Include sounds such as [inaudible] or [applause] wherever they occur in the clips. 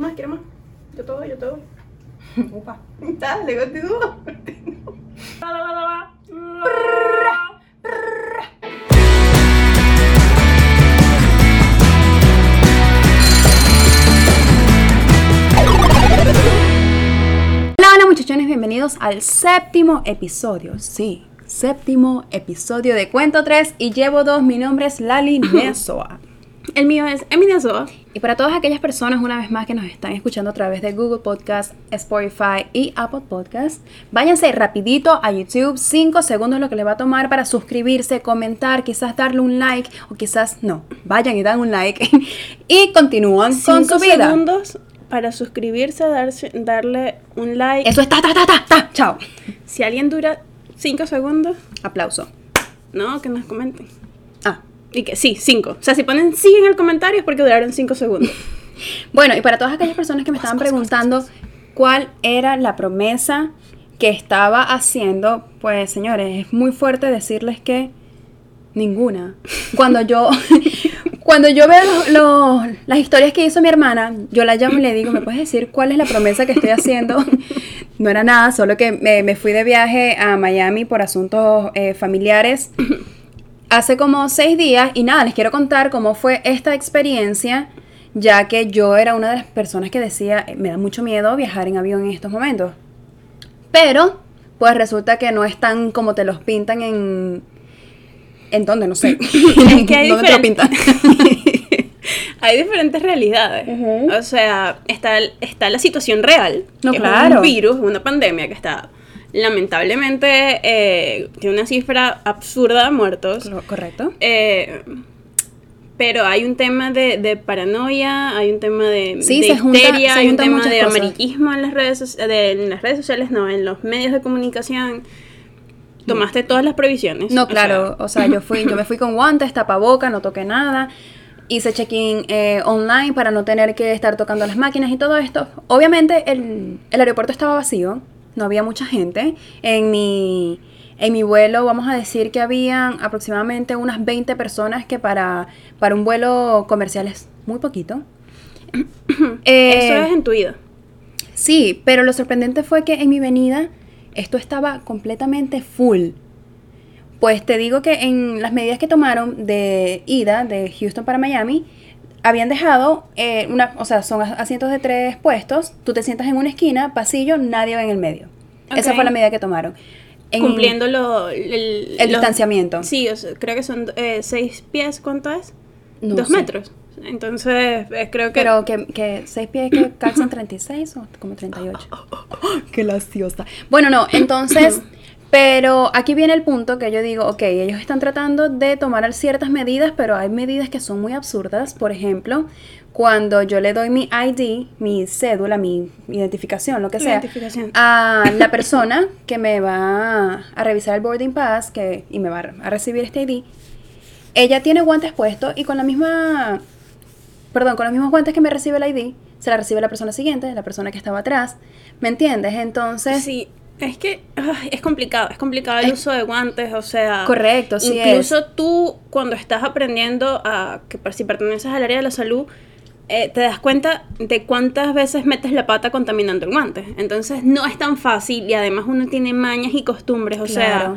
más, quiero más. Yo todo, yo [laughs] todo. Upa. Dale, continúa. Hola, hola muchachones, bienvenidos al séptimo episodio. Sí, séptimo episodio de Cuento 3 y llevo dos. Mi nombre [laughs] es Lali Nesoa. El mío es Emilia Soa. Y para todas aquellas personas, una vez más, que nos están escuchando a través de Google Podcast, Spotify y Apple Podcast, váyanse rapidito a YouTube, 5 segundos lo que les va a tomar para suscribirse, comentar, quizás darle un like o quizás no. Vayan y dan un like [laughs] y continúan con Cinco su vida. segundos para suscribirse, darse, darle un like. Eso está, ta, ta, ta, ta. Chao. Si alguien dura 5 segundos, Aplauso. no, que nos comenten. Ah. Y que sí, 5. O sea, si ponen sí en el comentario es porque duraron 5 segundos. Bueno, y para todas aquellas personas que me estaban preguntando cuál era la promesa que estaba haciendo, pues señores, es muy fuerte decirles que ninguna. Cuando yo cuando yo veo los- los- las historias que hizo mi hermana, yo la llamo y le digo, ¿me puedes decir cuál es la promesa que estoy haciendo? [laughs] No era nada, solo que me, me fui de viaje a Miami por asuntos eh, familiares hace como seis días y nada, les quiero contar cómo fue esta experiencia, ya que yo era una de las personas que decía, "Eh, me da mucho miedo viajar en avión en estos momentos. Pero, pues resulta que no es tan como te los pintan en... ¿En dónde? No sé. Es [laughs] que hay ¿Dónde te lo diferentes- pintan? Hay diferentes realidades. Ujú. O sea, está, el- está la situación real. No, que Es claro. un virus, una pandemia que está, lamentablemente, eh, tiene una cifra absurda de muertos. Cor- ¿Correcto? Eh, pero hay un tema de, de paranoia, hay un tema de, Sí, de se junta- histeria, se hay un juntan tema muchas de cosas. amarillismo en las redes soci- de- en las redes sociales, no, en los medios de comunicación. Tomaste todas las previsiones. No, o claro, o sea, yo fui, [laughs] yo me fui con guantes, tapaboca, no toqué nada. Hice check-in eh, online para no tener que estar tocando las máquinas y todo esto. Obviamente el, el aeropuerto estaba vacío, no había mucha gente. En mi, en mi vuelo vamos a decir que habían aproximadamente unas 20 personas que para, para un vuelo comercial es muy poquito. [clears throat] sea, Eh, eso es en tu vida. Sí, pero lo sorprendente fue que en mi venida esto estaba completamente full. Pues te digo que en las medidas que tomaron de ida de Houston para Miami, habían dejado, eh, una, o sea, son as- asientos de tres puestos, tú te sientas en una esquina, pasillo, nadie va en el medio. Esa Ok. fue la medida que tomaron. En- cumpliendo lo- el, el los- distanciamiento. Sí, o sea, creo que son eh, seis pies, ¿cuánto es? No Dos sé. metros. Entonces, eh, creo que... Pero que, que seis pies que calzan 36 o como 38. [laughs] Qué lastiosa. Bueno, no, [laughs] entonces, pero aquí viene el punto que yo digo, ok, ellos están tratando de tomar ciertas medidas, pero hay medidas que son muy absurdas. Por ejemplo, cuando yo le doy mi ID, mi cédula, mi identificación, lo que Tu sea, Ah, identificación. a la persona que me va a revisar el boarding pass que, y me va a recibir este ID, ella tiene guantes puestos y con la misma perdón, con los mismos guantes que me recibe el ID, se la recibe la persona siguiente, la persona que estaba atrás. ¿Me entiendes? Entonces, Sí, es que ay, es complicado, es complicado el Es- uso de guantes, o sea... correcto, sí Incluso es. tú, cuando estás aprendiendo a que per- si perteneces al área de la salud, eh, te das cuenta de cuántas veces metes la pata contaminando el guante. Entonces no es tan fácil y además uno tiene mañas y costumbres. O sea, Claro.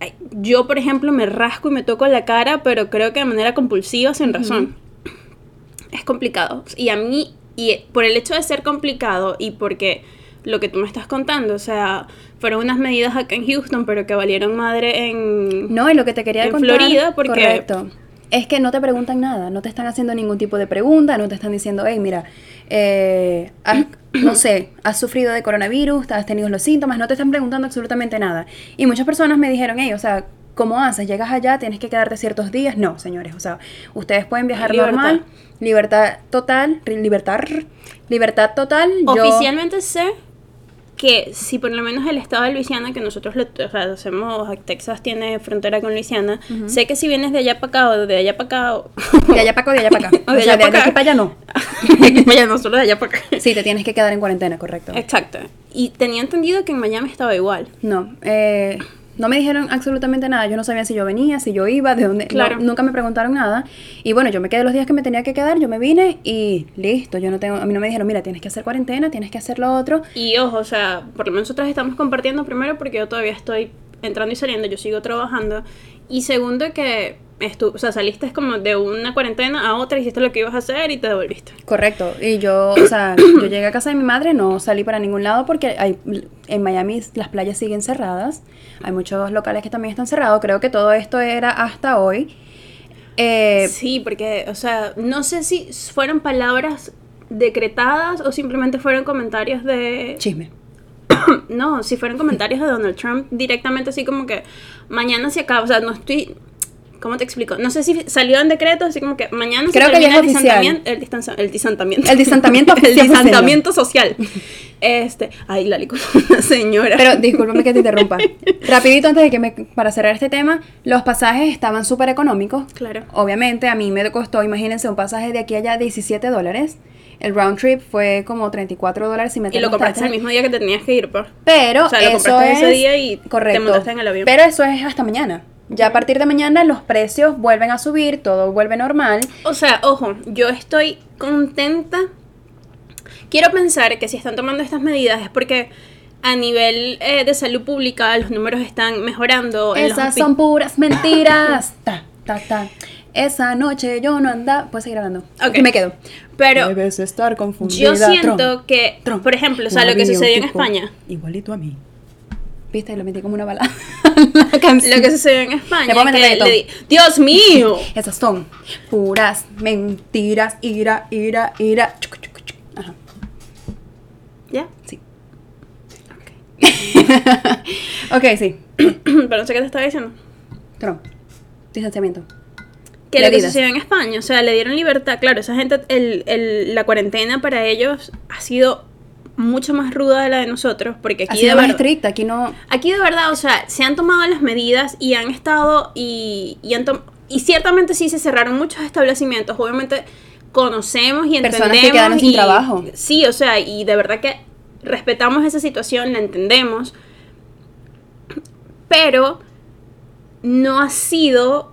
ay, yo por ejemplo me rasco y me toco la cara, pero creo que de manera compulsiva, sin razón. Es complicado. Y a mí, y eh, por el hecho de ser complicado y porque lo que tú me estás contando, o sea, fueron unas medidas acá en Houston, pero que valieron madre en... No, y lo que te quería En contar. Florida, porque- Correcto. Es que no te preguntan nada, no te están haciendo ningún tipo de pregunta, no te están diciendo, hey, mira, eh, has- no sé, has sufrido de coronavirus, has tenido los síntomas, no te están preguntando absolutamente nada. Y muchas personas me dijeron, hey, o sea, ¿cómo haces? ¿Llegas allá? ¿Tienes que quedarte ciertos días? No, señores, o sea, ustedes pueden viajar Libertad. normal, libertad total, ri- libertad, libertad total. yo- Oficialmente sé que si por lo menos el estado de Luisiana, que nosotros lo o sea, lo hacemos, Texas tiene frontera con Luisiana, sé que si vienes de allá para acá o de allá para acá o [laughs] de allá para acá, o de allá para acá. O de O sea, allá pa' de, de acá. aquí para allá no. Vaya, no solo de allá para acá. Sí, te tienes que quedar en cuarentena, correcto. Exacto. Y tenía entendido que en Miami estaba igual. No, eh, No me dijeron absolutamente nada. Yo no sabía si yo venía, si yo iba, de dónde. Claro. no, nunca me preguntaron nada. Y bueno, yo me quedé los días que me tenía que quedar, yo me vine y listo. Yo no tengo, a mí no me dijeron, mira, tienes que hacer cuarentena, tienes que hacer lo otro. Y ojo, o sea, por lo menos nosotras estamos compartiendo primero porque yo todavía estoy entrando y saliendo, yo sigo trabajando. Y segundo que estu- o sea, saliste como de una cuarentena a otra, hiciste lo que ibas a hacer y te devolviste. Correcto. Y yo, o [coughs] sea, yo llegué a casa de mi madre, no salí para ningún lado porque hay, en Miami las playas siguen cerradas. Hay muchos locales que también están cerrados. Creo que todo esto era hasta hoy. Eh, Sí, porque, o sea, no sé si fueron palabras decretadas o simplemente fueron comentarios de... Chisme. [coughs] No, si fueron comentarios de Donald Trump directamente así como que mañana se acaba, o sea, no estoy... ¿Cómo te explico? No sé si salió en decreto, así como que mañana Creo se que ya termina es el oficial. distanciamiento, el, distanza- el distanciamiento. El [laughs] distanciamiento el oficial, señora. distanciamiento social. Este, ay, Lali, con una señora. Pero discúlpame que te interrumpa. Rapidito antes de que me, para cerrar este tema, los pasajes estaban súper económicos. Claro. Obviamente a mí me costó, imagínense, un pasaje de aquí a allá 17 dólares. El round trip fue como 34 dólares. Si me Y lo compraste el mismo día que te tenías que ir, pues. Pero O sea, lo eso compraste es, ese día y te correcto, montaste en el avión. Pero eso es hasta mañana. Ya a partir de mañana los precios vuelven a subir, todo vuelve normal. O sea, ojo, yo estoy contenta. Quiero pensar que si están tomando estas medidas es porque a nivel eh, de salud pública los números están mejorando. en los Esas hospi- son puras mentiras. ta, ta, ta. Esa noche yo no andaba. Puedes seguir hablando. Ok. Me quedo. Pero Debes estar yo confundida. siento Trump. que, Trump. por ejemplo, o sea, No lo que había un sucedió en tipo España. Igualito a mí. Viste, lo metí como una balada. [laughs] La canción. Lo que sucedió en España. Le puedo meter que reggaetón. le di- Dios mío. Esas son puras mentiras. Ira, ira, ira. Chucu, chucu, chucu. Ajá. ¿Ya? [clears throat] Sí. ok, sí. Pero no sé qué te estaba diciendo. Trump. Distanciamiento. Que lo que Medidas. sucedió en España, o sea, le dieron libertad. Claro, esa gente, el, el- la cuarentena para ellos ha sido mucho más ruda de la de nosotros, porque Aquí aquí de sido más verdad, estricta, aquí no. aquí de verdad, o sea, se han tomado las medidas y han estado y, y han tom- y ciertamente sí se cerraron muchos establecimientos, obviamente conocemos y entendemos Personas que quedaron sin y- trabajo. Sí, o sea, y de verdad que respetamos esa situación, la entendemos, pero no ha sido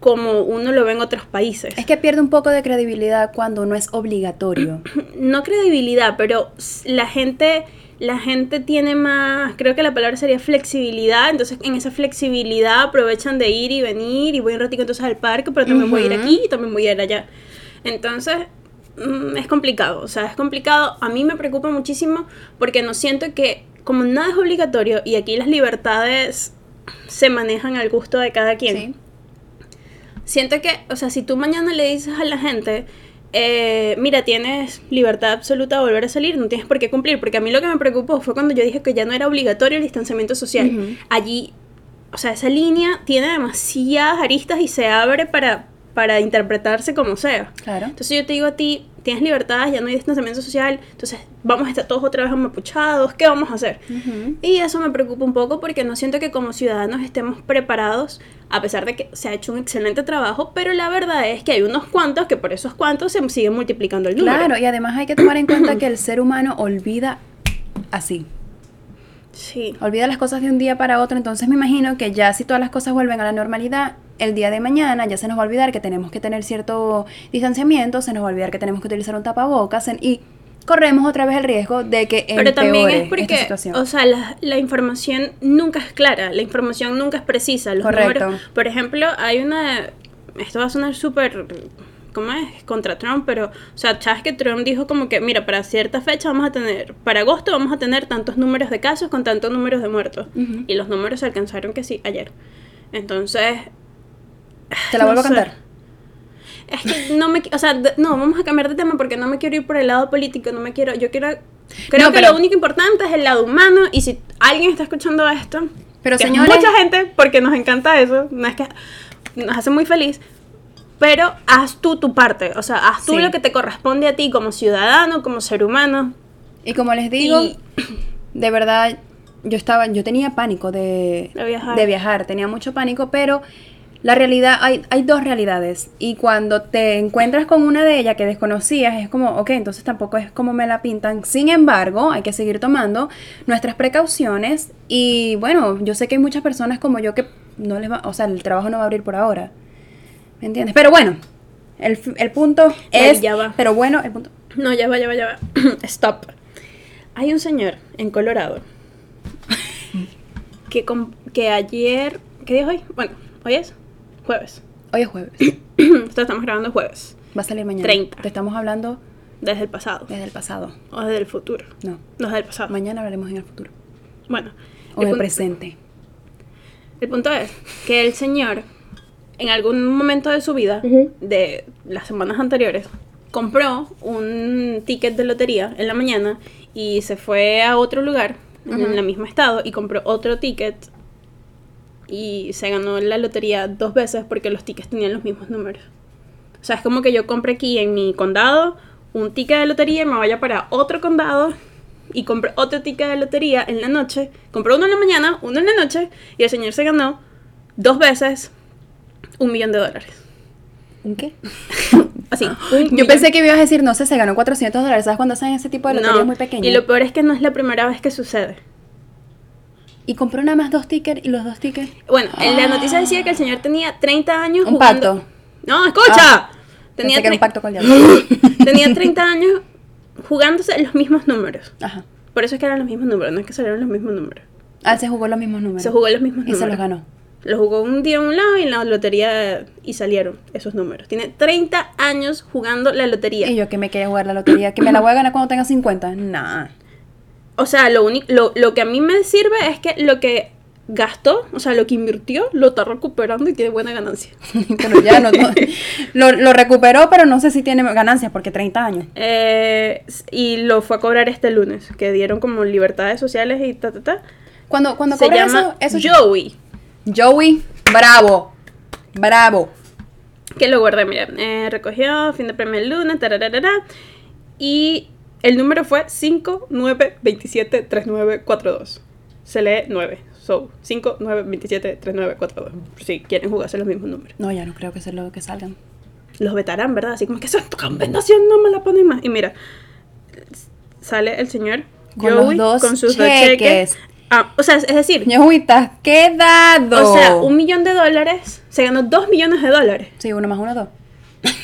como uno lo ve en otros países. Es que pierde un poco de credibilidad cuando no es [clears throat] obligatorio. no credibilidad, pero s- la gente, la gente tiene más, creo que la palabra sería flexibilidad, entonces en esa flexibilidad aprovechan de ir y venir y voy un ratito entonces al parque, pero también voy a ir Ujú. aquí y también voy a ir allá. Entonces mm, es complicado, o sea, es complicado, a mí me preocupa muchísimo porque no siento que como nada es obligatorio y aquí las libertades se manejan al gusto de cada quien. Sí. Siento que, o sea, si tú mañana le dices a la gente, eh, mira, tienes libertad absoluta de volver a salir, no tienes por qué cumplir, porque a mí lo que me preocupó fue cuando yo dije que ya no era obligatorio el distanciamiento social. Ujú. Allí, o sea, esa línea tiene demasiadas aristas y se abre para, para interpretarse como sea. Claro. Entonces yo te digo a ti, tienes libertad, ya no hay distanciamiento social, entonces vamos a estar todos otra vez amapuchados, ¿qué vamos a hacer? Ujú. Y eso me preocupa un poco porque no siento que como ciudadanos estemos preparados, a pesar de que se ha hecho un excelente trabajo, pero la verdad es que hay unos cuantos que por esos cuantos se sigue multiplicando el número. Claro, y además hay que tomar en cuenta que el ser humano olvida así. Sí. Olvida las cosas de un día para otro, entonces me imagino que ya si todas las cosas vuelven a la normalidad, el día de mañana ya se nos va a olvidar que tenemos que tener cierto distanciamiento, se nos va a olvidar que tenemos que utilizar un tapabocas en- y corremos otra vez el riesgo de que empeore Pero también es esta porque, situación. o sea, la, la información nunca es clara, la información nunca es precisa. Los Correcto. números- por ejemplo, hay una, esto va a sonar súper, ¿cómo es? Contra Trump, pero, o sea, sabes que Trump dijo como que, mira, para cierta fecha vamos a tener, para agosto vamos a tener tantos números de casos con tantos números de muertos. Ujú. Y los números se alcanzaron que sí, ayer. Entonces, Te la no vuelvo sé. a cantar. es que no me, qui- o sea, d- no, vamos a cambiar de tema porque no me quiero ir por el lado político, no me quiero, yo quiero, creo No, que pero- lo único importante es el lado humano y si alguien está escuchando esto, Pero, que es señores- mucha gente, porque nos encanta eso, no es que nos hace muy feliz, pero haz tú tu parte, o sea, haz tú Sí. lo que te corresponde a ti como ciudadano, como ser humano. Y como les digo, Y- [clears throat] de verdad, yo estaba, yo tenía pánico de, De viajar. tenía mucho pánico, pero La realidad, hay, hay dos realidades. Y cuando te encuentras con una de ellas que desconocías, es como, ok, entonces tampoco es como me la pintan. Sin embargo, hay que seguir tomando nuestras precauciones. Y bueno, yo sé que hay muchas personas como yo que no les va, o sea, el trabajo no va a abrir por ahora. ¿Me entiendes? Pero bueno, el, el punto es. ya va. Pero bueno, el punto. No, ya va, ya va, ya va. [clears throat] Stop. Hay un señor en Colorado que, com- que ayer. ¿Qué día es hoy? Bueno, hoy es jueves. [clears throat] Hoy es jueves. Esto estamos grabando jueves, Va a salir mañana. 30. Te estamos hablando desde el pasado desde el pasado. o desde el futuro. No. No, desde el pasado. Mañana hablaremos en el futuro. Bueno, O en el pun- presente. el punto es que el señor, en algún momento de su vida, Ujú. de las semanas anteriores, compró un ticket de lotería en la mañana y se fue a otro lugar, Ujú. en el mismo estado, y compró otro ticket y se ganó la lotería dos veces porque los tickets tenían los mismos números. O sea, es como que yo compre aquí en mi condado un ticket de lotería y me vaya para otro condado y compre otro ticket de lotería en la noche. Compré uno en la mañana, uno en la noche y el señor se ganó dos veces un millón de [laughs] dólares. ¿Un qué? Así. Ah, Yo pensé que me ibas a decir, no sé, se ganó 400 dólares. ¿Sabes cuando hacen ese tipo de loterías muy pequeñas? Y lo peor es que no es la primera vez que sucede. Y compró nada más dos tickets y los dos tickets. Bueno, en la Ah. noticia decía que el señor tenía 30 años Un jugando- pacto. No, escucha. Ah, tenía, Pensé que era un tre- pacto con el diablo. [laughs] tenía 30 años jugándose los mismos números. Ajá. Por eso es que eran los mismos números, no es que salieron los mismos números. Ah, se jugó los mismos números. Se jugó los mismos Y números. se los ganó. Los jugó un día en un lado y en la lotería y salieron esos números. Tiene 30 años jugando la lotería. Y yo que me quería jugar la lotería, que me la voy a ganar cuando tenga 50. Nah. [laughs] O sea, lo, único, lo, lo que a mí me sirve es que lo que gastó, o sea, lo que invirtió, lo está recuperando y tiene buena ganancia. pero ya no. no- Lo, lo recuperó, pero no sé si tiene ganancias porque 30 años. Eh, s- y lo fue a cobrar este lunes, que dieron como libertades sociales y ta, ta, ta. Cuando, cuando Se cobras llama eso, eso- Joey, Joey, bravo. Bravo. que lo guardé, mira, eh, recogió fin de premio el lunes, tarararara, y el número fue 59273942. Se lee 9, so 59273942. Si quieren jugarse los mismos números. No, ya no creo que sea lo que salgan. los vetarán, ¿verdad? Así como que esa combinación no me la ponen más. Y mira, sale el señor Con los Joey dos con sus dos cheques. cheques. Ah, o sea, es es decir, Joey, estás quedado. o sea, un millón de dólares, se ganó dos millones de dólares. Sí, uno más uno, dos.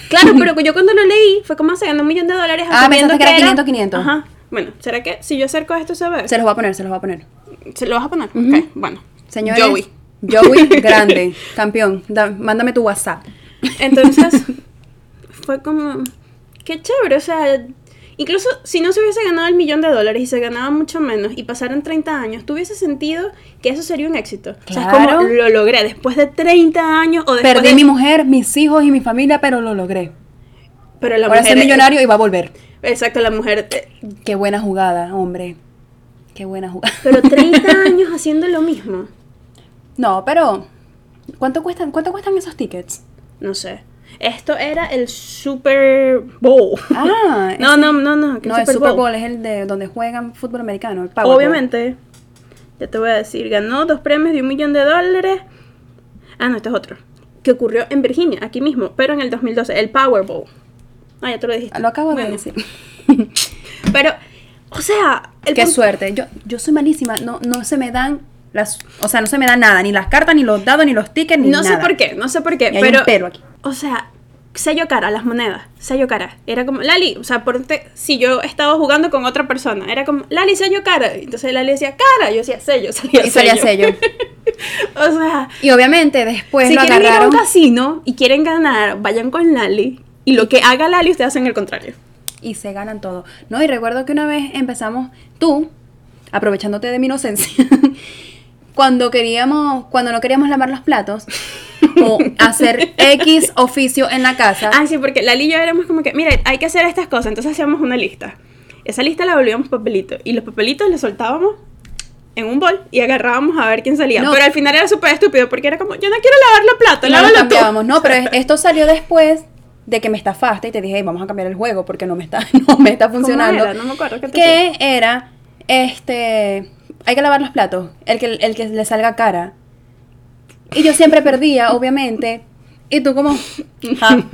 Claro, pero que yo cuando lo leí fue como se ganó un millón de dólares. Ah, asumiendo pensaste que era 500, 500. Ajá. Bueno, ¿será que si yo acerco esto se ve? Se los voy a poner, se los voy a poner. ¿Se lo vas a poner? Ujú. Ok, bueno. Señores, Joey. Joey, [laughs] grande, campeón. Da- mándame tu WhatsApp. [laughs] Entonces, fue como, qué chévere, o sea, incluso si no se hubiese ganado el millón de dólares y se ganaba mucho menos y pasaron 30 años, tuviese sentido que eso sería un éxito. O sea, es como Claro. lo logré después de 30 años o después Perdí de... mi mujer, mis hijos y mi familia, pero lo logré. Pero la Ahora mujer... soy millonario y va a volver. Exacto, la mujer... eh, Qué buena jugada, hombre. Qué buena jugada. Pero [laughs] 30 [laughs] años haciendo lo mismo. No, pero ¿cuánto cuestan, cuánto cuestan esos tickets? No sé. Esto era el Super Bowl. Ah, [laughs] no, no, no, no. ¿qué no, el Super Bowl es el de donde juegan fútbol americano, el Powerball. Obviamente, ya te voy a decir, ganó dos premios de un millón de dólares. Ah, no, este es otro. Que ocurrió en Virginia, aquí mismo, pero en el 2012, el Powerball. Ah, ya te lo dijiste. Lo acabo de Bueno, decir. Pero, o sea, el Qué punto- suerte. Yo, yo soy malísima. No, no se me dan las, o sea, no se me dan nada, ni las cartas, ni los dados, ni los tickets, ni No sé nada. por qué, no sé por qué, Y hay pero, un pero aquí. O sea, sello cara, las monedas, sello cara. Era como, Lali, o sea, ponte, si yo estaba jugando con otra persona, era como, Lali, sello cara. Entonces Lali decía, cara, yo decía, sello, [laughs] salía Y salía sello. [laughs] o sea, Y obviamente después si lo quieren ir a agarraron. un casino y quieren ganar, vayan con Lali. Y lo que haga Lali, ustedes hacen el contrario. y se ganan todo. No, y recuerdo que una vez empezamos tú, aprovechándote de mi inocencia, [laughs] cuando queríamos, cuando no queríamos lavar los platos o hacer X oficio en la casa. Ah, sí, porque Lali y yo éramos como que, mira, hay que hacer estas cosas. Entonces hacíamos una lista. Esa lista la volvíamos papelito. Y los papelitos los soltábamos en un bol y agarrábamos a ver quién salía. No. Pero al final era súper estúpido porque era como, yo no quiero lavar la plata, y no lo lávalo tú. cambiábamos. No, pero es- [laughs] esto salió después de que me estafaste y te dije, "Ey, vamos a cambiar el juego porque no me está, [laughs] no me está funcionando. era? No me acuerdo, ¿qué te Que era, este, hay que lavar los platos, el que, el que le salga cara. Y yo siempre perdía, obviamente. Y tú como... [laughs] ja.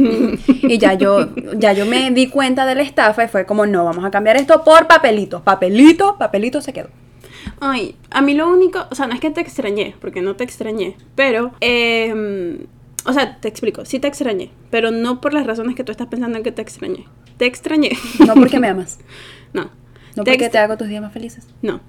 Y ya yo, ya yo me di cuenta de la estafa y fue como, no, vamos a cambiar esto por papelitos. Papelito, papelito se quedó. Ay, a mí lo único, o sea, no es que te extrañé, porque no te extrañé, pero, eh, o sea, te explico, sí te extrañé, pero no por las razones que tú estás pensando en que te extrañé. Te extrañé. No porque me amas. [laughs] No. No Te porque ex- te hago tus días más felices. No.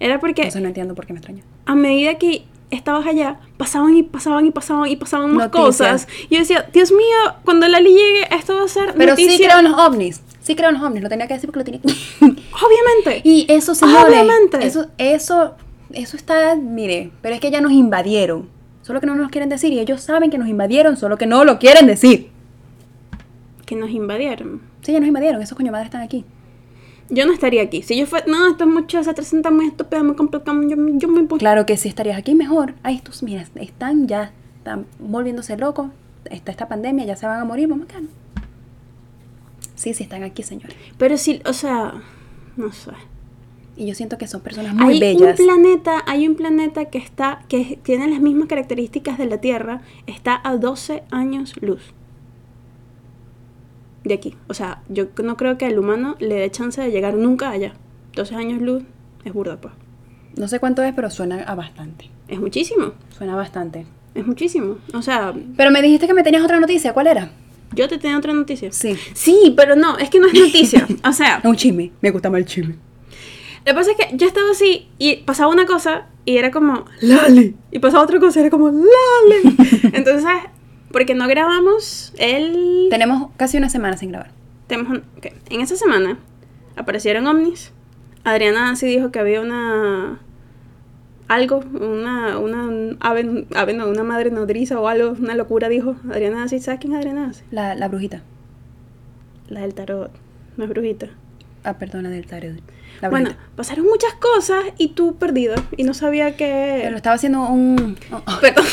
Era porque Entonces no entiendo por qué me extraña. a medida que estabas allá, pasaban y pasaban y pasaban y pasaban más Noticias. cosas. Y yo decía, Dios mío, cuando Lali llegue, esto va a ser Pero noticia. sí creo en los ovnis. Sí creo en los ovnis. Lo tenía que decir porque lo tenía. [laughs] Obviamente. y eso, señores. Obviamente. Eso, eso, eso está, mire, pero es que ya nos invadieron. Solo que no nos quieren decir. Y ellos saben que nos invadieron, solo que no lo quieren decir. que nos invadieron. Sí, ya nos invadieron. Esos coño madres están aquí. Yo no estaría aquí. Si yo fuera, no, esto es mucho, esa 300 muy estúpida, muy complicada, yo, yo me voy. Claro que si estarías aquí mejor. Ay, estos, mira, están ya, están volviéndose locos. Está esta pandemia, ya se van a morir, vamos acá. Sí, sí están aquí, señores. Pero sí, o sea, no sé. Y yo siento que son personas muy hay bellas. un planeta, hay un planeta que está, que tiene las mismas características de la Tierra, está a 12 años luz. De aquí. O sea, yo no creo que el humano le dé chance de llegar nunca allá. 12 años luz es burda, pues. No sé cuánto es, pero suena a bastante. Es muchísimo, Suena bastante. es muchísimo. O sea, Pero me dijiste que me tenías otra noticia. ¿Cuál era? yo te tenía otra noticia. Sí. Sí, pero no, es que no es [laughs] noticia. O sea, Un chisme. Me gusta más el chisme. lo que pasa es que yo estaba así y pasaba una cosa y era como, Lali. Y pasaba otra cosa, era como, [laughs] ¡Lale! Entonces, porque no grabamos el... Tenemos casi una semana sin grabar. Tenemos un- ok. En esa semana aparecieron ovnis. Adriana Nancy dijo que había una... Algo, una, una ave, ave no, una madre nodriza o algo, una locura, dijo Adriana Nancy. ¿Sabes quién es Adriana Nancy? La, la brujita. La del tarot, no es brujita. Ah, perdona, del tarot. La brujita. bueno, pasaron muchas cosas y tú perdida y no sabía que... Pero estaba haciendo un... oh, oh. Perdón.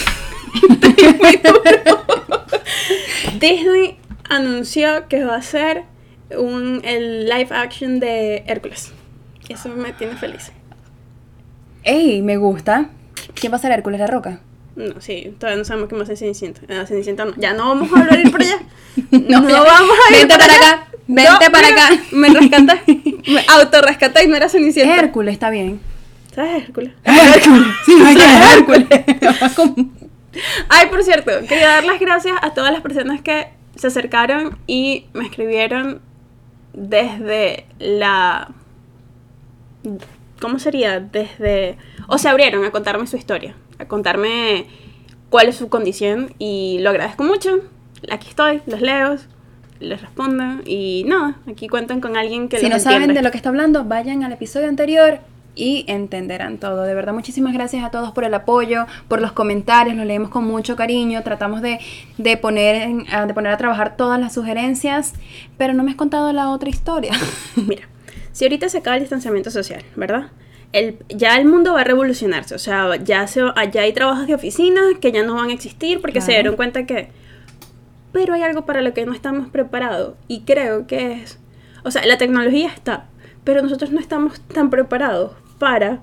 [laughs] Estoy muy duro. Disney anunció que va a ser un, el live action de Hércules. Y Eso me tiene feliz. Ey, me gusta. ¿Quién va a ser Hércules? La Roca. No, sí, todavía no sabemos qué más es Cenicienta. Ah, Cenicienta no. Ya no vamos a hablar ir por allá. [laughs] No, ya. Vente para acá, vente para mira, acá. Me rescaté. Me autorrescaté y no era Cenicienta. [laughs] Hércules, está bien. ¿Sabes Hércules? Hércules. [laughs] Sí, Hércules. Ay, por cierto, quería dar las gracias a todas las personas que se acercaron y me escribieron desde la... ¿Cómo sería? Desde... O se abrieron a contarme su historia, a contarme cuál es su condición y lo agradezco mucho. Aquí estoy, los leo, les respondo y nada, aquí cuentan con alguien que si los no saben entiende. de lo que está hablando, vayan al episodio anterior y entenderán todo. De verdad, muchísimas gracias a todos por el apoyo, por los comentarios, los leemos con mucho cariño, tratamos de, de poner, en- a- de poner a trabajar todas las sugerencias, pero no me has contado la otra historia. Mira, si ahorita se acaba el distanciamiento social, ¿verdad? El, ya el mundo va a revolucionarse, o sea, ya, se, ya hay trabajos de oficina que ya no van a existir porque se Claro. dieron cuenta que... Pero hay algo para lo que no estamos preparados y creo que es... O sea, la tecnología está, pero nosotros no estamos tan preparados para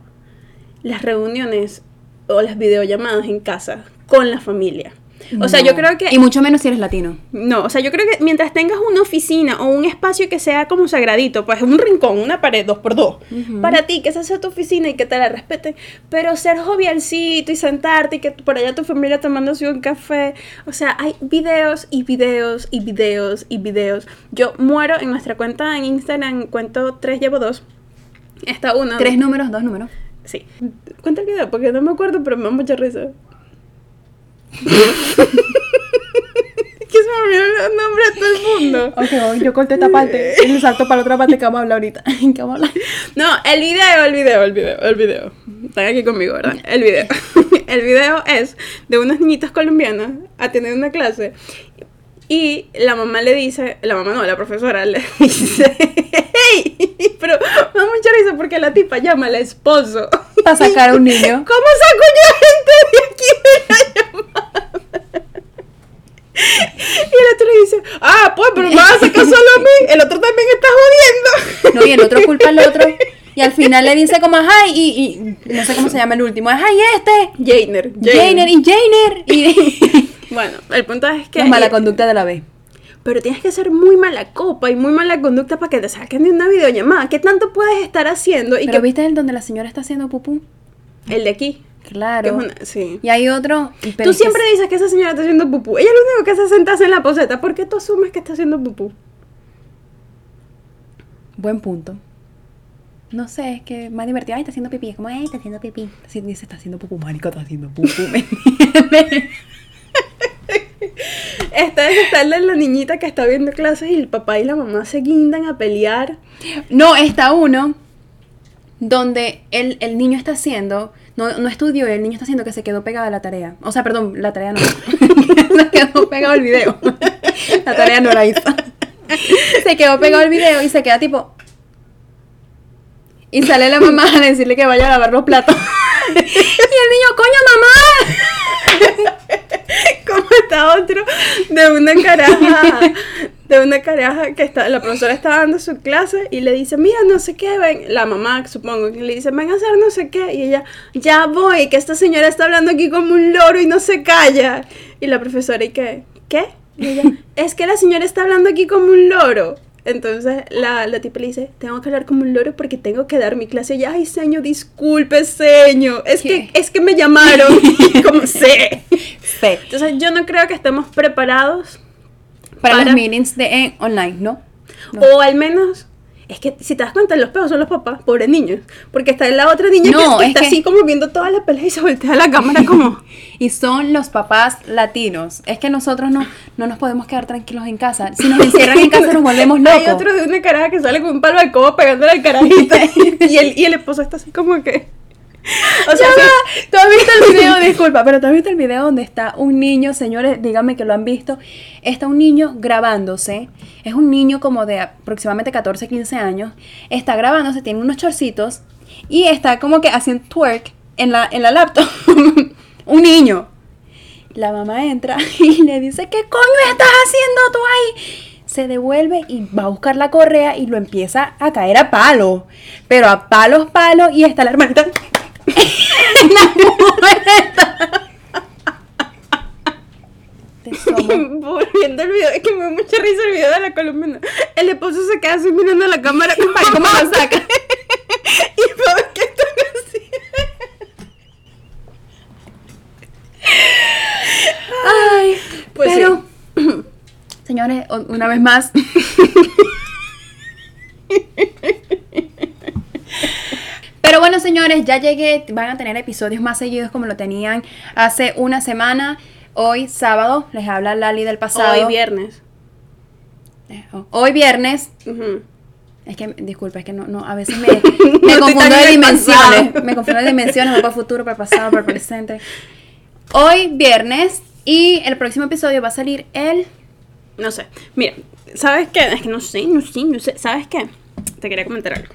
las reuniones o las videollamadas en casa con la familia. [laughs] O sea, yo No. creo que... Y mucho menos si eres latino. No, o sea, yo creo que mientras tengas una oficina o un espacio que sea como sagradito, pues un rincón, una pared, dos por dos, Ujú. para ti, que esa sea tu oficina y que te la respeten, pero ser jovialcito y sentarte y que por allá tu familia tomándose un café, o sea, hay videos y videos y videos y videos. Yo muero en nuestra cuenta en Instagram, cuento tres, llevo dos. Está uno. Tres números, dos números. Sí. Cuenta el video, porque no me acuerdo, pero me da mucha risa. [laughs] que se me olvidó el nombre de todo el mundo. Ok, yo corté esta [laughs] parte y salto para la otra parte que vamos a hablar ahorita. [laughs] Que vamos a hablar. No, el video, el video, el video, el video. Están aquí conmigo, ¿verdad? El video. [laughs] El video es de unos niñitos colombianos atendiendo una clase y la mamá le dice, la mamá no, la profesora le [laughs] dice, "Hey", pero me da mucha risa porque la tipa llama al esposo. Para sacar a un niño. [laughs] ¿Cómo saco yo gente de aquí de la llamada? Y el otro le dice, ah, pues, pero me vas a sacar solo a mí. El otro también está jodiendo. [laughs] No, y el otro culpa al otro. Y al final le dice como, ay, y, y no sé cómo se llama el último, ay, este. Jainer. Jainer y Jainer. [laughs] Y Bueno, el punto es que. la mala conducta de la B. Pero tienes que ser muy mala copa y muy mala conducta para que te saquen de una videollamada. ¿Qué tanto puedes estar haciendo? Y Pero que viste el donde la señora está haciendo pupú. el de aquí. que es Claro. una- sí. Y hay otro. y pero Tú es que siempre dices que esa señora está haciendo pupú. Ella lo único que hace es sentarse en la poseta. ¿Por qué tú asumes que está haciendo pupú? Buen punto. No sé, es que más divertido. Ay, está haciendo pipí. Es como, ay, está haciendo pipí. Está haciendo- Dice, está haciendo pupú. Marico, está haciendo pupú. [laughs] ¿me entiendes? Esta es está la, la niñita que está viendo clases y el papá y la mamá se guindan a pelear. no, está uno donde el, el niño está haciendo. No, no estudió, el niño está haciendo que se quedó pegado a la tarea. O sea, perdón, la tarea no. [laughs] se quedó pegado al video. La tarea no la hizo. Se quedó pegado al video y se queda tipo. Y sale la mamá a decirle que vaya a lavar los platos. [laughs] y el niño, coño, mamá. [laughs] Como está otro de una caraja, de una caraja que está, la profesora está dando su clase y le dice, mira, no sé qué, ven, la mamá supongo que le dice, ven a hacer no sé qué, y ella, ya voy, que esta señora está hablando aquí como un loro y no se calla. Y la profesora, ¿y qué? ¿Qué? Y ella, es que la señora está hablando aquí como un loro. Entonces la, la tipa le dice, tengo que hablar como un loro porque tengo que dar mi clase. Y ella, ay, señor, disculpe, señor, es que, es que me llamaron, [laughs] como sé. Sí. Entonces yo no creo que estemos preparados Para, Para- los meetings de en- online, ¿no? No. o al menos es que si te das cuenta los peos son los papás, pobres niños, porque está la otra niña que- No, que, es está que- así como viendo toda la pelea y se voltea la cámara como Y son los papás latinos. Es que nosotros no, no nos podemos quedar tranquilos en casa. Si [laughs] nos encierran en casa nos volvemos locos. [laughs] Hay [laughs] otro de una caraja que sale con un palo de coba pegándole al carajito y el y el esposo está así como que o sea, Ya sí, va, ¿Tú has visto el video? Disculpa, pero ¿tú has visto el video donde está un niño, señores, díganme que lo han visto? Está un niño grabándose. Es un niño como de aproximadamente 14, 15 años. Está grabándose, tiene unos chorcitos y está como que haciendo twerk en la, en la laptop. [laughs] un niño. La mamá entra [laughs] y le dice, ¿qué coño estás haciendo tú ahí? Se devuelve y va a buscar la correa y lo empieza a caer a palo. Pero a palos, palos y está la hermanita [laughs] en la puerta. [laughs] Te [laughs] somos- volviendo al video, es que me da mucha risa el video de la colombiana. El esposo se queda así mirando a la cámara como [laughs] Ay, ¿Cómo lo [laughs] saca? y por qué están así. Ay, Pues pero, señores, o- una [laughs] vez más. Pero bueno, señores, ya llegué. Van a tener episodios más seguidos como lo tenían hace una semana. Hoy, sábado, les habla Lali del pasado. Hoy viernes. Eh, oh, Hoy viernes. Ujú. Es que, disculpa, es que no, no a [laughs] veces me, me te confundo estás de en el dimensiones. pasado. Me confundo de dimensiones, voy para el futuro, para el pasado, para el presente. Hoy, viernes, y el próximo episodio va a salir el No sé. Mira, ¿sabes qué? Es que no sé, no sé, no sé. ¿Sabes qué? Te quería comentar algo.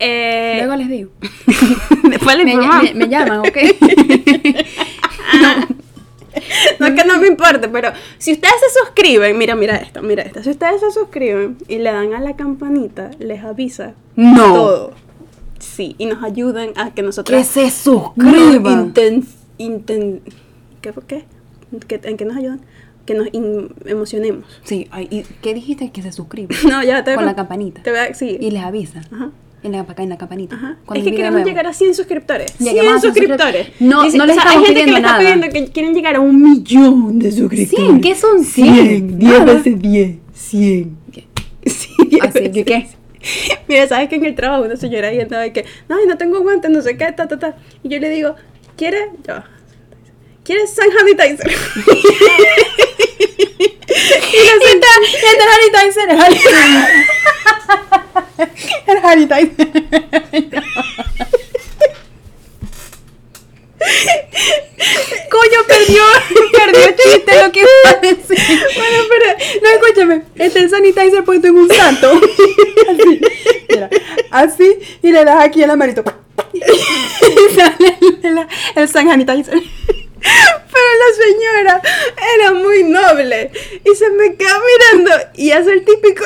Eh, Luego les [laughs] digo. después le Me, informamos. me- me llaman, [laughs] ¿ok? No es que Mm. no me importe, pero si ustedes se suscriben, mira, mira esto, mira esto. Si ustedes se suscriben y le dan a la campanita, les avisa [laughs] No. todo. Sí, y nos ayudan a que nosotros se Inten- inten- ¿Qué por qué? ¿Qué- ¿En qué nos ayudan? Que nos in- emocionemos. [laughs] Sí, ay, ¿y ¿qué dijiste? Que se [laughs] suscriban. No, ya te voy a Con la cont- campanita. Te voy a, sí. Y les avisa. Ajá. En la, acá en la campanita. Ajá. Es que Cuando el video queremos nuevo. llegar a 100 suscriptores. 100 Lleguemos a 100 suscriptores. suscriptores. No, no les o sea, estamos hay gente que pidiendo le está nada. pidiendo que quieren llegar a un millón de suscriptores. 100, ¿qué son Ah, 100? 10 Nada. [laughs] veces 10. 100. [laughs] Sí, Así que, ¿qué? Mira, sabes que en el trabajo una señora ahí andaba de que, no, no tengo guantes, no sé qué, ta, ta, ta. Y yo le digo, ¿quieres? Yo, ¿quieres San [laughs] Sanitizer? Y está, y está Harry Tyson, el Harry El Harry [laughs] [laughs] Tyson. Coño, perdió, perdió el chiste lo que iba [laughs] a decir. Bueno, pero, no, escúchame, está el sanitizer puesto en un santo. Así, mira, así, y le das aquí en la manito. [laughs] Y sale el, el, el sanitizer. Pero la señora era muy noble y se me queda mirando y hace el típico.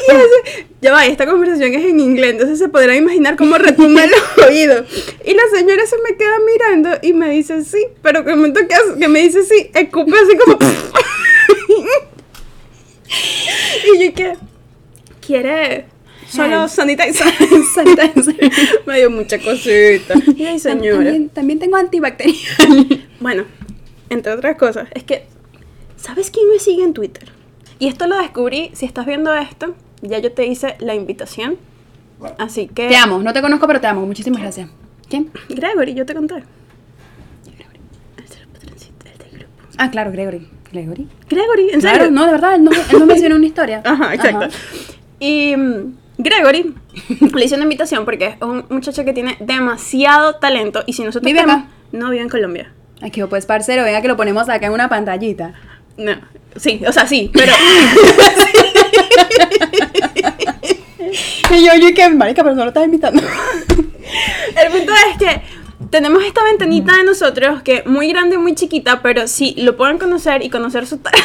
Y ese- ya va, esta conversación es en inglés, entonces se podrán imaginar cómo retumba en los oídos. Y la señora se me queda mirando y me dice sí, pero que el momento que, hace- que me dice sí, escupe así como. [laughs] y yo que. ¿Quiere solo Hand. sanitizer? [laughs] Sanitizer. me dio mucha cosita. Y ay, señora. También, también tengo antibacterial. [laughs] Bueno, entre otras cosas, es que, ¿sabes quién me sigue en Twitter? Y esto lo descubrí, si estás viendo esto, ya yo te hice la invitación. Así que... Te amo, no te conozco, pero te amo. Muchísimas gracias. ¿Quién? Gregory, yo te conté. Es el patroncito, el del grupo. Ah, claro, Gregory. Gregory. Gregory, en Claro, serio. no, de verdad, él no, él no mencionó una historia. Ajá, exacto. [laughs] Ajá. Y mm, Gregory le hice una invitación porque es un muchacho que tiene demasiado talento y si nosotros ¿Vive queremos- acá? no vive en Colombia. Aquí, pues, parcero, venga que lo ponemos acá en una pantallita. No, sí, o sea, sí, pero Y yo, yo, que marica, pero no lo estás invitando. El punto es que tenemos esta ventanita de nosotros que muy grande, muy chiquita, pero si lo pueden conocer y conocer su talento, [laughs]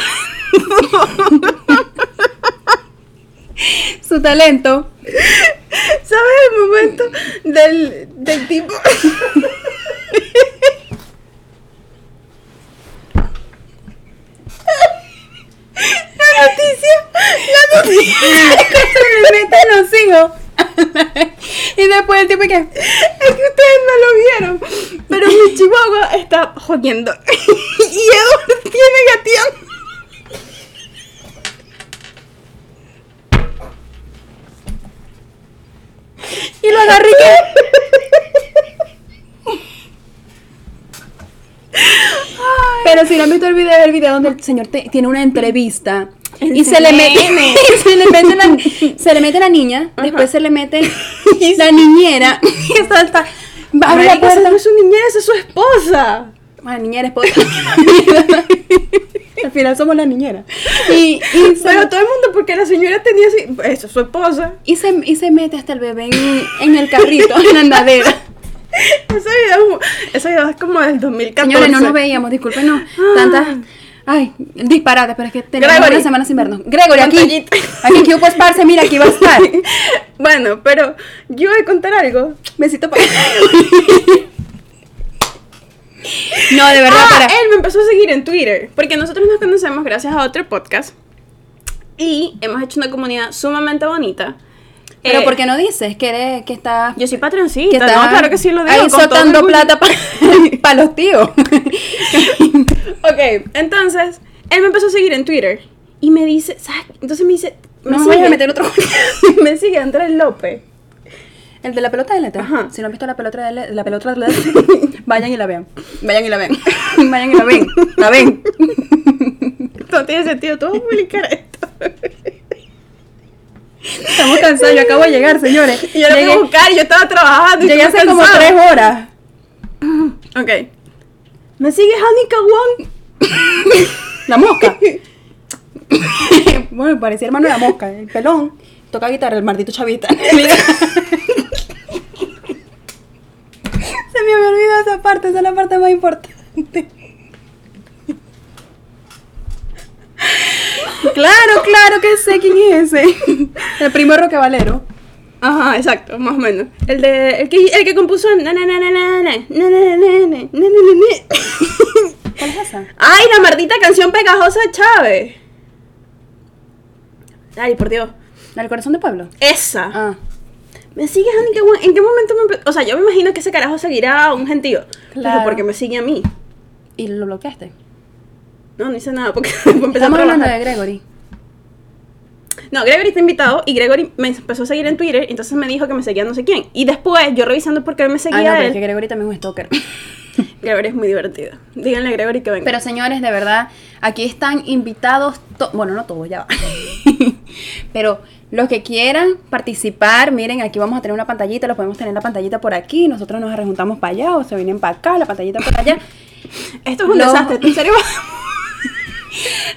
Su talento. [laughs] ¿sabes el momento del, del tipo? [laughs] La noticia, la noticia. [laughs] Se le mete los hijos. y después el tipo que. Es que ustedes no lo vieron, pero mi chihuahua está jodiendo [laughs] y Edward tiene gateando. Y lo agarré. Pero si no han visto el video, el video donde el señor te- tiene una entrevista El y se le, mete, CNN. [laughs] y se, le mete la, se le mete la niña, después se le [laughs] mete la niñera [laughs] y está, está abre la Marica, esa puerta. no es su niñera, esa es su esposa. La niñera esposa. [laughs] Al final somos la niñera. Y, [laughs] y se Pero todo el mundo, porque la señora tenía así, eso, su esposa. Y se, y se mete hasta el bebé en, en el carrito, en la andadera. Ese video, ese video es como del 2014. Señores, no nos veíamos, discúlpenos. Tantas. Ay, disparates, pero es que tenemos Ah. Gregory. una semana sin vernos. Gregory, aquí. Pantallita. Aquí, que hubo esparce, mira, aquí va a [laughs] estar. Bueno, pero yo voy a contar algo. Besito para. [laughs] No, de verdad, Ah, para. él me empezó a seguir en Twitter, porque nosotros nos conocemos gracias a otro podcast y hemos hecho una comunidad sumamente bonita. Pero Eh, ¿por qué no dices que, eres, que estás. Yo soy patroncita, que estás no, claro que sí lo digo. Ahí con todo el soltando orgullo. plata para [laughs] los tíos. [laughs] Ok, entonces, él me empezó a seguir en Twitter y me dice, ¿sabes? Entonces me dice, me No me sigue- vayas a meter [laughs] otro. me sigue Andrés López. El de la pelota de letra. Ajá. Si no han visto la pelota de letra, la pelota de letra, [laughs] vayan y la vean. Vayan y la vean. Vayan y la ven. La ven. No tiene sentido, tú vas a publicar [laughs] esto. Estamos cansados. Yo acabo de llegar, señores. Y yo lo fui a buscar, yo estaba trabajando. y llegué estuve hace como cansada. tres horas. Ok. ¿Me sigue Hanika Wong? La mosca. bueno, parecía hermano de la mosca. El pelón. Toca guitarra, el maldito chavita. [laughs] Mira. Se me había olvidado esa parte. Esa es la parte más importante. Claro, claro que sé quién es ese. El primo de Roque Valero. [laughs] Ajá, exacto, más o menos. El de. El que, el que compuso. na, na, na, na, na, na, na, na, na, na, na, na, na, [laughs] na. ¿Cuál es esa? Ay, la maldita canción pegajosa de Chávez. Ay, por Dios. ¿La del corazón de Pablo? Esa. Ah. ¿Me sigue Hanika Wong? ¿En qué momento me empe- O sea, yo me imagino que ese carajo seguirá a un gentío. Claro. Claro. porque me sigue a mí. Y lo bloqueaste. No, no hice nada porque [laughs] empezamos Estamos hablando de Gregory. No, Gregory está invitado y Gregory me empezó a seguir en Twitter, entonces me dijo que me seguía no sé quién. Y después, yo revisando por qué me Ah, no, seguía pero es que él, Gregory también es un stalker. Gregory es muy divertido. Díganle a Gregory que venga. Pero señores, de verdad, aquí están invitados, to- bueno, no todos, ya va. [laughs] Pero los que quieran participar, miren, aquí vamos a tener una pantallita, los podemos tener la pantallita por aquí, nosotros nos rejuntamos para allá, o se vienen para acá, la pantallita por allá. Esto es [laughs] un No. desastre, ¿tú en serio? [laughs]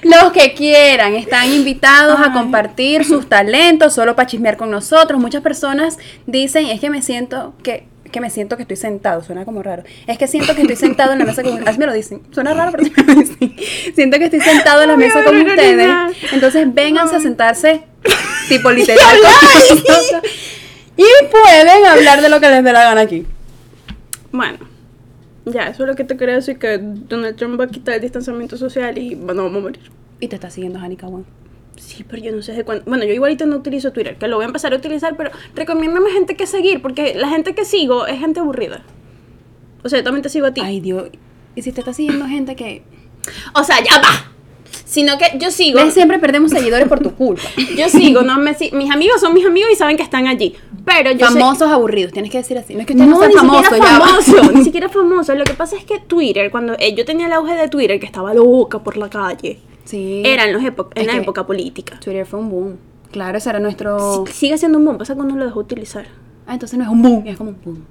Los que quieran están invitados a Ay. compartir sus talentos, solo para chismear con nosotros. Muchas personas dicen, es que me siento que, que me siento que estoy sentado, suena como raro. Es que siento que estoy sentado en la [laughs] mesa con ustedes. me lo dicen, suena raro, pero sí me lo dicen. Siento que estoy sentado en la Ay, mesa me con voy a ustedes. orinar. [laughs] Entonces, vénganse a sentarse tipo literal. con nosotros. y pueden hablar de lo que les dé la gana aquí. Bueno, ya, eso es lo que te quería decir, que Donald Trump va a quitar el distanciamiento social y bueno, vamos a morir. Y te está siguiendo Hanika Wan. Sí, pero yo no sé de cuándo. Bueno, yo igualito no utilizo Twitter, que lo voy a empezar a utilizar, pero recomiéndame gente que seguir, porque la gente que sigo es gente aburrida. O sea, yo también te sigo a ti. Ay, Dios. Y si te está siguiendo gente que. O sea, ya va. Sino que yo sigo. ¿Ves? Siempre perdemos seguidores por tu culpa. [laughs] Yo sigo, no me si- mis amigos son mis amigos y saben que están allí. Pero yo sé- Famosos aburridos, tienes que decir así. No es que ustedes No, no, sean ni famosos, siquiera ya va. famoso, [laughs] ni siquiera famoso. Lo que pasa es que Twitter, cuando eh, yo tenía el auge de Twitter, que estaba loca por la calle, Sí. era en, los epo- en Es la que- época política. Twitter fue un boom. Claro, ese era nuestro. Si- sigue siendo un boom, pasa que uno lo dejó utilizar. Ah, entonces no es un boom, es como un boom.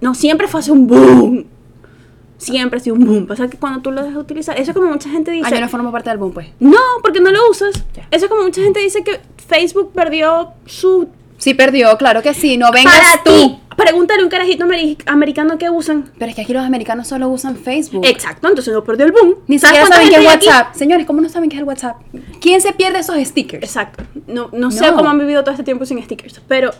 No, siempre fue así un boom. Siempre ha sido un boom. Pasa que cuando tú lo dejas utilizar, eso es como mucha gente dice. Ah, yo no formo parte del boom, pues. No, porque no lo usas. Ya. Eso es como mucha gente dice que Facebook perdió su... Sí, perdió, claro que sí, no vengas Para tú. ti. Pregúntale a un carajito ameri- americano qué usan. Pero es que aquí los americanos solo usan Facebook. Exacto, entonces no perdió el boom. Ni Eh, ¿Sabes siquiera cuánta saben qué es gente hay aquí? WhatsApp. Señores, ¿cómo no saben qué es el WhatsApp? ¿Quién se pierde esos stickers? Exacto. No, no, sé No. cómo han vivido todo este tiempo sin stickers, pero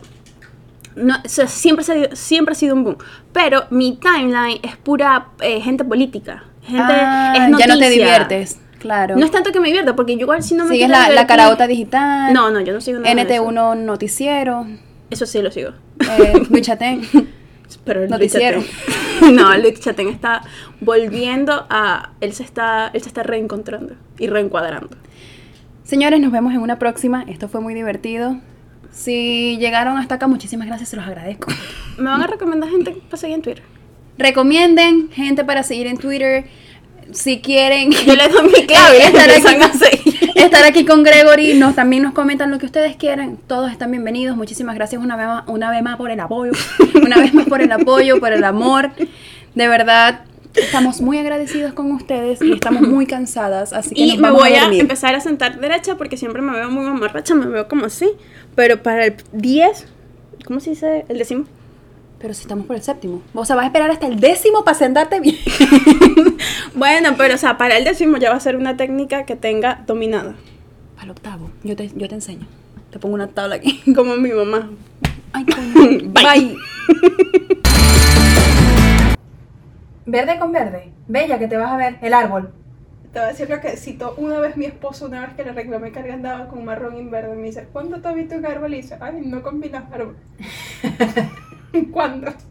no, o sea, siempre, ha sido, siempre ha sido un boom. Pero mi timeline es pura eh, gente política. Gente, Ah, es ya no noticia. te diviertes. Claro. No es tanto que me divierta, porque yo igual si no me Sigues quiero la, la divertir- caraota digital. No, no, yo no sigo nada de eso. NT1 Noticiero. Eso sí lo sigo. Eh, Luchaten. [laughs] Pero Luis Noticiero. Chatén- [laughs] No, Luis Chatén está volviendo a... Él se está, él se está reencontrando y reencuadrando. Señores, nos vemos en una próxima. Esto fue muy divertido. Si llegaron hasta acá, muchísimas gracias, se los agradezco. Me van a recomendar gente para seguir en Twitter. Recomienden gente para seguir en Twitter. Si [laughs] quieren [laughs] Yo les doy mi [laughs] clave y Estar empiezan aquí- a [laughs] seguir. estar aquí con Gregory, nos, también nos comentan lo que ustedes quieran. Todos están bienvenidos. Muchísimas gracias una vez más, una vez más por [laughs] el apoyo. Una vez más por el apoyo, por el amor. De verdad, estamos muy agradecidos con ustedes y estamos muy cansadas. Así que Y nos me vamos voy a, dormir. empezar a sentar derecha porque siempre me veo muy mamarracha, me veo como así. Pero para el 10, ¿cómo se dice el décimo? Pero si estamos por el séptimo. O sea, vas a esperar hasta el décimo para sentarte [laughs] bien. Bueno, pero o sea, para el décimo ya va a ser una técnica que tenga dominada. Para el octavo. Yo te, yo te enseño. Te pongo una tabla aquí. [laughs] Como mi mamá. Ay, coño. Bye. Verde con verde. Bella que te vas a ver. El árbol. Te voy a decir lo que citó una vez mi esposo, una vez que le reclamé que andaba con marrón y verde. [laughs] Me dice, ¿cuándo te has visto un árbol? Y dice, ay, no combinas árbol. ¿Cuándo?